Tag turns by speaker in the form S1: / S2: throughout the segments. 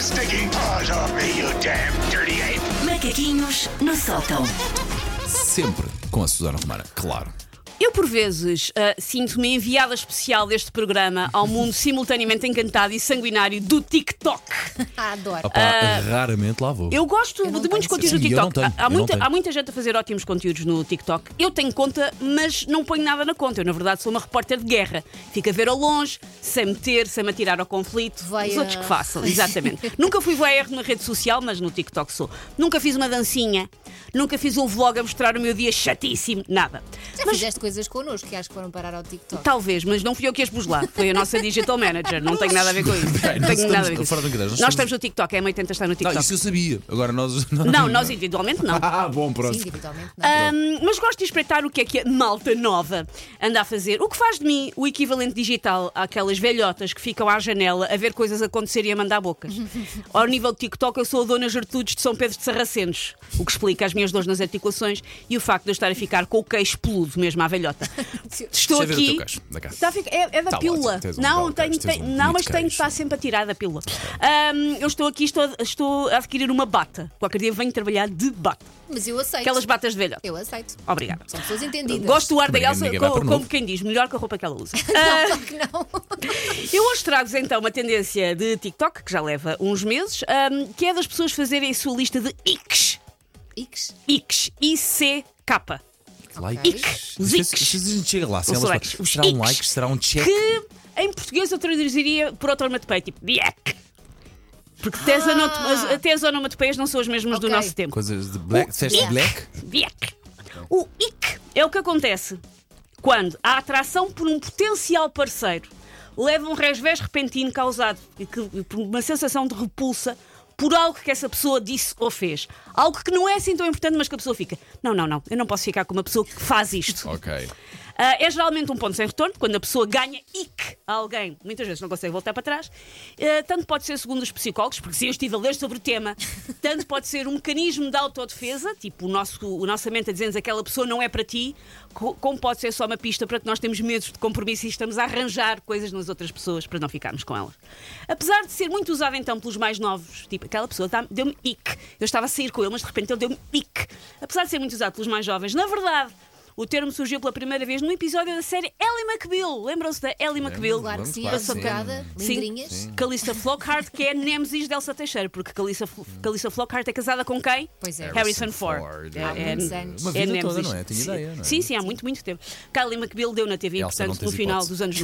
S1: stinking paws off me, you damn dirty ape!
S2: Macaquinhos no sótão.
S3: Sempre com a Susana Romana, claro.
S4: Eu, por vezes, ah, sinto-me enviada especial deste programa ao mundo simultaneamente encantado e sanguinário do TikTok.
S5: Ah, adoro.
S3: Opa, raramente lá vou.
S4: Eu gosto
S5: não
S4: de muitos
S5: tenho.
S4: conteúdos
S3: Sim,
S4: do
S3: eu não
S4: TikTok.
S3: tenho,
S4: Há- há,
S3: eu não
S4: muita,
S3: tenho.
S4: há muita gente a fazer ótimos conteúdos no TikTok. Eu tenho conta, mas não ponho nada na conta. Eu, na verdade, sou uma repórter de guerra. Fico a ver ao longe, sem meter, sem me atirar ao conflito.
S5: Vai
S4: Os
S5: a-
S4: outros que façam, exatamente. Nunca fui voyeur na rede social, mas no TikTok sou. Nunca fiz uma dancinha. Nunca fiz um vlog a mostrar o meu dia chatíssimo. Nada.
S5: Já
S4: Mas Tá.
S5: fizeste coisas connosco que acho que foram parar ao TikTok.
S4: Talvez, mas não fui eu que as pus lá. Foi a nossa digital manager. Não tenho nada a ver com isso.
S3: Bem,
S4: Não
S3: nós
S4: tenho nada
S3: estamos
S4: a ver com isso.
S3: fora do inglês, nós
S4: Nós
S3: estamos-
S4: estamos no TikTok. A mãe tenta estar no
S3: Não,
S4: TikTok.
S3: isso eu sabia. Agora nós. nós-
S4: Não, nós individualmente não.
S3: Ah, bom, pronto.
S5: Sim, individualmente não. é?
S4: Ahm, mas gosto de espreitar o que é que a malta nova anda a fazer. O que faz de mim o equivalente digital àquelas velhotas que ficam à janela a ver coisas acontecerem e a mandar bocas. Ao nível do TikTok, eu sou a dona Gertrudes de São Pedro de Sarracenos, o que explica as minhas dores nas articulações e o facto de eu estar a ficar com o queixo peludo mesmo à velhota. Estou
S3: Deixa eu ver o teu
S4: aqui.
S3: queixo, da cá.
S4: Está a ficar- é, é da
S3: Tá
S4: pílula.
S3: ótimo, tens um
S4: não,
S3: belo
S4: tenho,
S3: queixo, tens
S4: tenho-
S3: um
S4: não,
S3: bonito
S4: mas tenho que
S3: queixo.
S4: estar sempre a tirar da pílula. Ahm, eu estou aqui, estou, a- estou a adquirir uma bata. Qualquer dia venho trabalhar de bata.
S5: Mas eu aceito.
S4: Aquelas batas de velhote.
S5: Eu aceito.
S4: Obrigada.
S5: São pessoas entendidas.
S4: Gosto do ar da
S3: Também
S4: Elsa,
S3: ninguém vai
S4: co-
S3: para
S4: como,
S3: novo.
S4: quem diz, melhor que a roupa que ela usa.
S5: Não, claro que não.
S4: Eu hoje trago-vos então uma tendência de TikTok, que já leva uns meses, ahm, que é das pessoas fazerem a sua lista de ics.
S5: Ix.
S4: Ics. I-C-K.
S3: Likes.
S4: Ic.
S3: Às
S4: Os
S3: vezes-
S4: ics.
S3: às vezes a gente chega lá, se
S4: tipo, Os
S3: elas
S4: likes.
S3: falam,
S4: Os
S3: será um
S4: ics.
S3: like, será um check.
S4: Que em português eu traduziria por onomatopeia, tipo iec. Porque até as onomat- as- até as onomatopeias não são as mesmas do
S5: Ok.
S4: nosso tempo.
S3: Coisas de black. Disseste
S5: Yeah.
S3: black?
S4: Vieck. O ic é o que acontece quando a atração por um potencial parceiro leva um resvés repentino causado e que- por uma sensação de repulsa por algo que essa pessoa disse ou fez. Algo que não é assim tão importante, mas que a pessoa fica. Não, não, não, eu não posso ficar com uma pessoa que faz isto.
S3: Ok.
S4: Ah, é geralmente um ponto sem retorno, quando a pessoa ganha ic a alguém, muitas vezes não consegue voltar para trás. Ah, tanto pode ser, segundo os psicólogos, porque se eu estive a ler sobre o tema, tanto pode ser um mecanismo de autodefesa, tipo o nosso, o nossa mente a dizer-nos aquela pessoa não é para ti, co- como pode ser só uma pista para que nós temos medos de compromisso e estamos a arranjar coisas nas outras pessoas para não ficarmos com elas. Apesar de ser muito usado então pelos mais novos, tipo aquela pessoa dá- deu-me ic, eu estava a sair com ele, mas de repente ele deu-me ic. Apesar de ser muito usado pelos mais jovens, na verdade. O termo surgiu pela primeira vez num episódio da série Ellie McBeal. Lembram-se da Ellie McBeal?
S5: Claro
S3: Vamos,
S5: que sim,
S3: claro
S5: eu
S3: que
S5: sou
S3: sim.
S5: pegada,
S4: Sim.
S5: lindrinhas.
S4: Calista Flockhart, que é a Nemesis de Elsa Teixeira, porque Calista, Calista Flockhart é casada com quem?
S5: Pois é.
S4: Harrison Ford.
S3: Hum. Ford.
S4: É,
S3: Há
S4: é,
S5: muitos
S4: é
S5: anos.
S3: Uma vida toda,
S4: Nemesis.
S3: não é? Tinha
S4: sim.
S3: ideia, não é?
S4: Sim, sim, há muito, muito tempo. Kylie McBeal deu na TV,
S3: Elsa, não
S4: portanto,
S3: tens
S4: no final
S3: hipótese.
S4: dos anos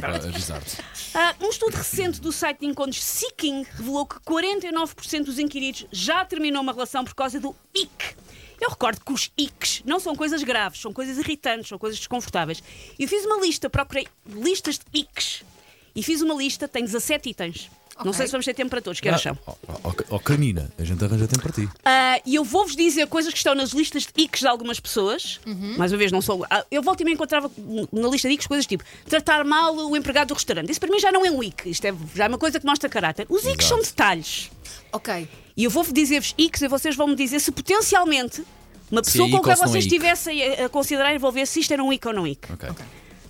S4: 90.
S3: Para avisar-te.
S4: Ah, um estudo recente do site de encontros Seeking revelou que 49% dos inquiridos já terminou uma relação por causa do ic. Eu recordo que os ics não são coisas graves, são coisas irritantes, são coisas desconfortáveis. E eu fiz uma lista, procurei listas de ics. E fiz uma lista, tem 17 itens. Não
S5: Ok.
S4: sei se vamos ter tempo para todos, que horas são.
S3: Ah, Ó, ó, ó, canina, a gente arranja tempo para ti.
S4: Ah, E eu vou-vos dizer coisas que estão nas listas de ics de algumas pessoas. Mais uma vez, não sou. ah, eu volto e me encontrava na lista de ics coisas tipo tratar mal o empregado do restaurante. Isso para mim já não é um ic. Isto é já é uma coisa que mostra caráter. Os ics
S3: Exato.
S4: são detalhes.
S5: Ok.
S4: E eu vou-vos dizer-vos ics e vocês vão me dizer se potencialmente uma
S3: Se
S4: pessoa
S3: é
S4: com
S3: ic
S4: quem
S3: ou se não é
S4: vocês
S3: ic.
S4: estivessem a, a considerar envolver se isto era um ic ou não ic.
S3: Ok.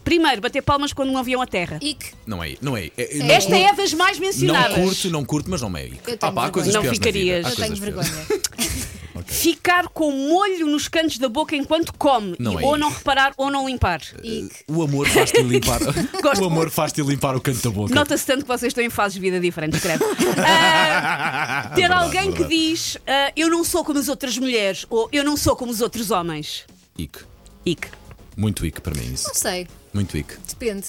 S4: Primeiro, bater palmas quando um avião aterra.
S5: Ick.
S3: Não é. Não é. é-
S5: É.
S3: não-
S4: Esta é a das mais
S3: Não
S4: mencionadas.
S3: curto, não curto, mas não meio.
S5: tenho
S3: Ah, pá, há
S5: vergonha.
S3: coisas
S4: Não
S3: piores na vida.
S4: ficarias.
S3: Há
S5: Eu tenho
S3: coisas piores.
S5: vergonha.
S4: Ficar com molho nos cantos da boca enquanto come.
S3: Não
S4: e
S3: é
S4: ou
S3: ic.
S4: não reparar ou não limpar.
S5: Ick.
S3: O amor faz-te limpar.
S4: Gosto.
S3: o amor faz-te limpar o canto da boca.
S4: Nota-se tanto que vocês estão em fases de vida diferentes, credo.
S3: É
S4: Ah, ter alguém que diz ah, eu não sou como as outras mulheres ou eu não sou como os outros homens.
S3: Ic.
S4: Ic.
S3: Muito ic para mim isso.
S5: Não sei,
S3: Muito ic.
S5: depende.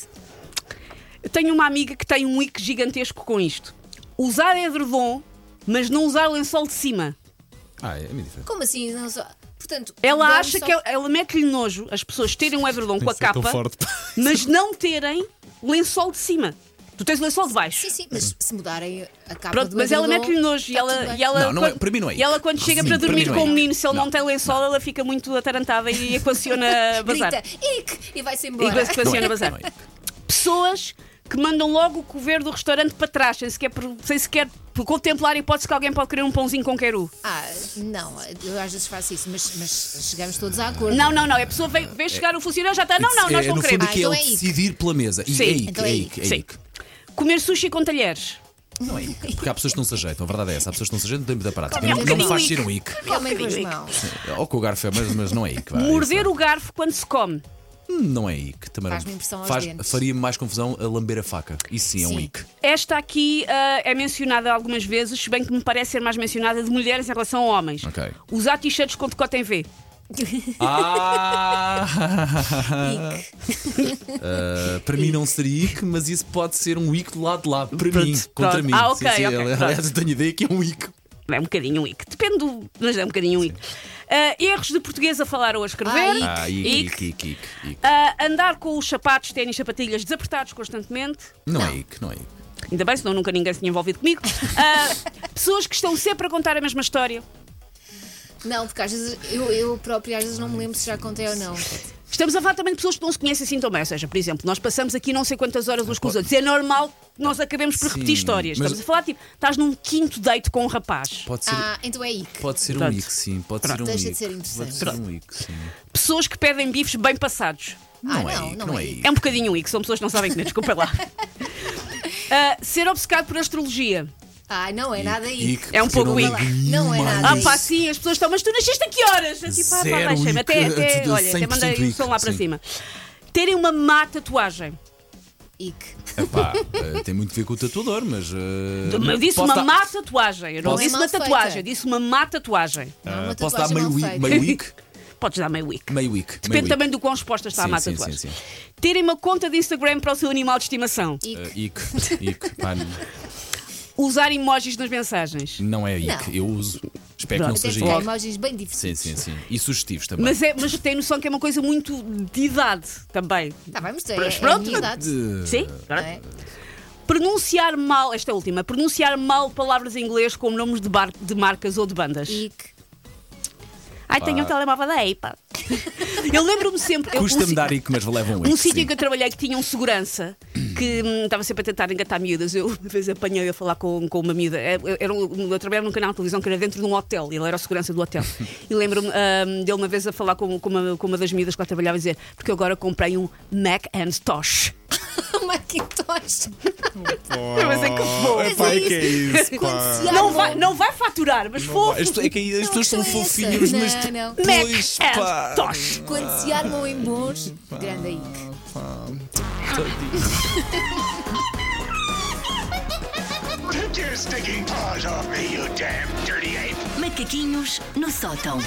S4: Eu tenho uma amiga que tem um ic gigantesco com isto. Usar edredom, mas não usar lençol de cima.
S3: Ah, é a minha diferença.
S5: Como assim? Não só... Portanto,
S4: Ela
S5: dorme
S4: acha
S5: só-
S4: que ela, ela mete-lhe nojo as pessoas terem um edredom com a
S3: Isso é tão
S4: capa,
S3: forte.
S4: mas não terem lençol de cima. Tu tens o lençol de baixo.
S5: Sim, sim, mas se mudarem a capa
S4: Pronto,
S5: do
S4: mas ela
S5: edredom,
S4: mete-lhe nojo e
S5: tá tudo
S4: ela,
S5: bem.
S4: e ela
S3: Não, não é-
S4: quando-
S3: para mim não é
S4: E ela quando chega
S3: Sim,
S4: para
S3: para
S4: dormir
S3: mim não é
S4: com o
S3: ic.
S4: menino, se ele não,
S3: Não,
S4: tem lençol, ela fica muito atarantada e equaciona ah, bazar.
S5: Grita, Ick! E vai-se
S4: E
S5: embora.
S4: equaciona bazar.
S3: Não é.
S4: Pessoas que mandam logo o cover do restaurante para trás, sem sequer, per- sem sequer contemplar a hipótese que alguém pode querer um pãozinho com queru.
S5: Ah, não, eu às vezes faço isso, mas, mas chegamos todos a acordo.
S4: Não, não, não. É a pessoa vem, vem chegar o funcionário e já está. Não, não,
S3: é,
S4: nós não
S3: no fundo
S4: queremos.
S3: aqui é
S5: Ah, então
S3: ele
S5: é ic.
S3: decidir pela mesa. E
S4: Sim.
S3: é ic,
S5: Então
S3: é
S5: é
S3: ic, é
S4: Sim.
S3: ic.
S4: Comer sushi com talheres.
S3: Não é ic. Porque há pessoas que não se ajeitam, a verdade é essa. Há pessoas que não se ajeitam no tempo da prática.
S4: Come um
S3: Não, não me
S4: bocadinho
S3: faz
S4: ic.
S3: ser um ic.
S5: Comem com as
S4: bocadinho.
S5: mãos.
S3: Ou com o garfo, é, mas, mas não é ic. vá,
S4: Morder
S3: isso
S4: o garfo quando se come.
S3: não- Não é ic. Também não-
S5: Faz-me impressão aos dentes.
S3: Faria-me mais confusão a lamber a faca. Isso sim é um
S5: Sim.
S3: ic.
S4: Esta aqui ah, é mencionada algumas vezes, se bem que me parece ser mais mencionada de mulheres em relação a homens.
S3: Ok.
S4: Usar t-shirts com decote em V.
S3: Ah! Uh, para mim não seria ic, mas isso pode ser um ic do lado de lá. Para
S4: Pronto,
S3: mim, contra
S4: pronto.
S3: mim.
S4: Ah, ok,
S3: Sim, sim,
S4: ok,
S3: aliás,
S4: pronto.
S3: eu tenho ideia que é um ic.
S4: É um bocadinho um ic. Depende do. Mas é um bocadinho um ic. Ah, erros de português a falar ou a escrever.
S5: Ah,
S3: Ah, ic, ic, ic, ic, ic.
S4: Ah, andar com os sapatos, ténis, sapatilhas desapertados constantemente.
S3: Não é ic, não é ic.
S4: Ainda bem, senão nunca ninguém se tinha envolvido comigo. Ah, pessoas que estão sempre a contar a mesma história.
S5: Não, porque às vezes eu, eu própria às vezes não me lembro se já contei ou não.
S4: Estamos a falar também de pessoas que não se conhecem assim tão bem. Ou seja, por exemplo, nós passamos aqui não sei quantas horas uns com os outros. É normal que nós acabemos por
S3: Sim,
S4: repetir histórias.
S3: mas-
S4: Estamos a falar, tipo, estás num quinto date com um rapaz.
S3: Pode ser.
S5: Ah, então é Ick.
S3: Pode ser um
S4: Pronto.
S3: ic, sim. Pode ser um
S5: Deixa de
S3: ic.
S5: ser
S3: Pode
S5: interessante.
S3: ser um ic, sim.
S4: Pessoas que pedem bifes bem passados.
S5: Ah,
S3: Não é
S5: não,
S3: ic,
S5: não
S3: não
S5: é
S3: é
S5: ic.
S3: ic.
S4: É um bocadinho ico, são pessoas que não sabem comer, desculpa lá. Ah, ser obcecado por astrologia.
S5: Ah, não é nada Ick.
S4: É um pouco
S3: ic.
S4: ic.
S5: Não é nada
S4: Ah,
S5: Sim.
S4: pá, sim, as pessoas estão, mas tu nasceste a que horas? Eu, tipo, ah, pá,
S3: Zero um
S4: deixa-me.
S3: ic,
S4: Até, até,
S3: tudo
S4: olha, até
S3: 100%
S4: mandei o
S3: ic,
S4: som lá para
S3: sim.
S4: cima. Terem uma má tatuagem.
S5: Ick.
S3: Epá, eh, tem muito a ver com o tatuador, mas. eh,
S4: Eu disse
S3: posso
S4: uma
S3: dar-
S4: má tatuagem. Eu não
S5: Posso-
S4: disse
S5: É
S4: uma
S5: mal feita.
S4: tatuagem, eu disse uma má tatuagem.
S5: Não, é uma
S3: eh, Posso dar
S5: tatuagem
S3: meio
S5: mal
S3: ic,
S5: feita.
S3: meio ic?
S4: Podes dar meio ico.
S3: Meio ic. meio
S4: Depende
S3: ic.
S4: também do quão exposta está a
S3: Sim,
S4: má
S3: sim,
S4: tatuagem.
S3: sim, sim.
S4: Terem uma conta de Instagram para o seu animal de estimação.
S3: Eh, Ic, ic, pá, n-
S4: Usar emojis nas mensagens.
S3: não é ic,
S5: Não. é
S3: eu uso. Espero que não
S4: Pronto.
S5: Até
S3: seja
S5: porque há
S3: ic.
S5: imagens bem
S3: Sim,
S5: difíceis.
S3: sim, sim. E sugestivos também.
S4: Mas, é, mas tem noção que é uma coisa muito de idade também.
S5: Tá, vamos ter. É, é a
S4: Pronto.
S5: minha idade.
S3: De-
S4: Sim?
S5: não é?
S4: Pronunciar mal, esta é última, pronunciar mal palavras em inglês como nomes de, bar- de marcas ou de bandas.
S5: Ick.
S4: Ai, tenho um telemóvel da EIPA. eu lembro-me sempre. eu- um
S3: Custa-me
S4: si-
S3: dar ic, mas levam um ic.
S4: Um sítio
S3: sim.
S4: em que eu trabalhei que tinha um segurança que hum, estava sempre a tentar engatar miúdas. Eu uma vez apanhei a falar com, com uma miúda. É, eu- Era um, eu trabalhava num canal de televisão que era dentro de um hotel e ele era o segurança do hotel. E lembro-me hum, dele uma vez a falar com, com uma, com uma das miúdas que lá trabalhava a dizer: Porque eu agora comprei um Macintosh.
S5: é Macintosh.
S4: Mas é que fofo.
S5: Mas é isso.
S3: isso,
S5: Quando se
S4: Não
S5: amam.
S4: vai, não vai faturar, mas fofo.
S3: As, é que as
S5: Não,
S3: pessoas são
S5: que são essas?
S3: fofinhas, mas.
S5: Não, não.
S3: Pois, pá.
S4: Macintosh.
S5: Quando se armam em bons, grande Ick.
S1: Take your stinking paws off me, you damn dirty ape!
S2: Macaquinhos no sótão.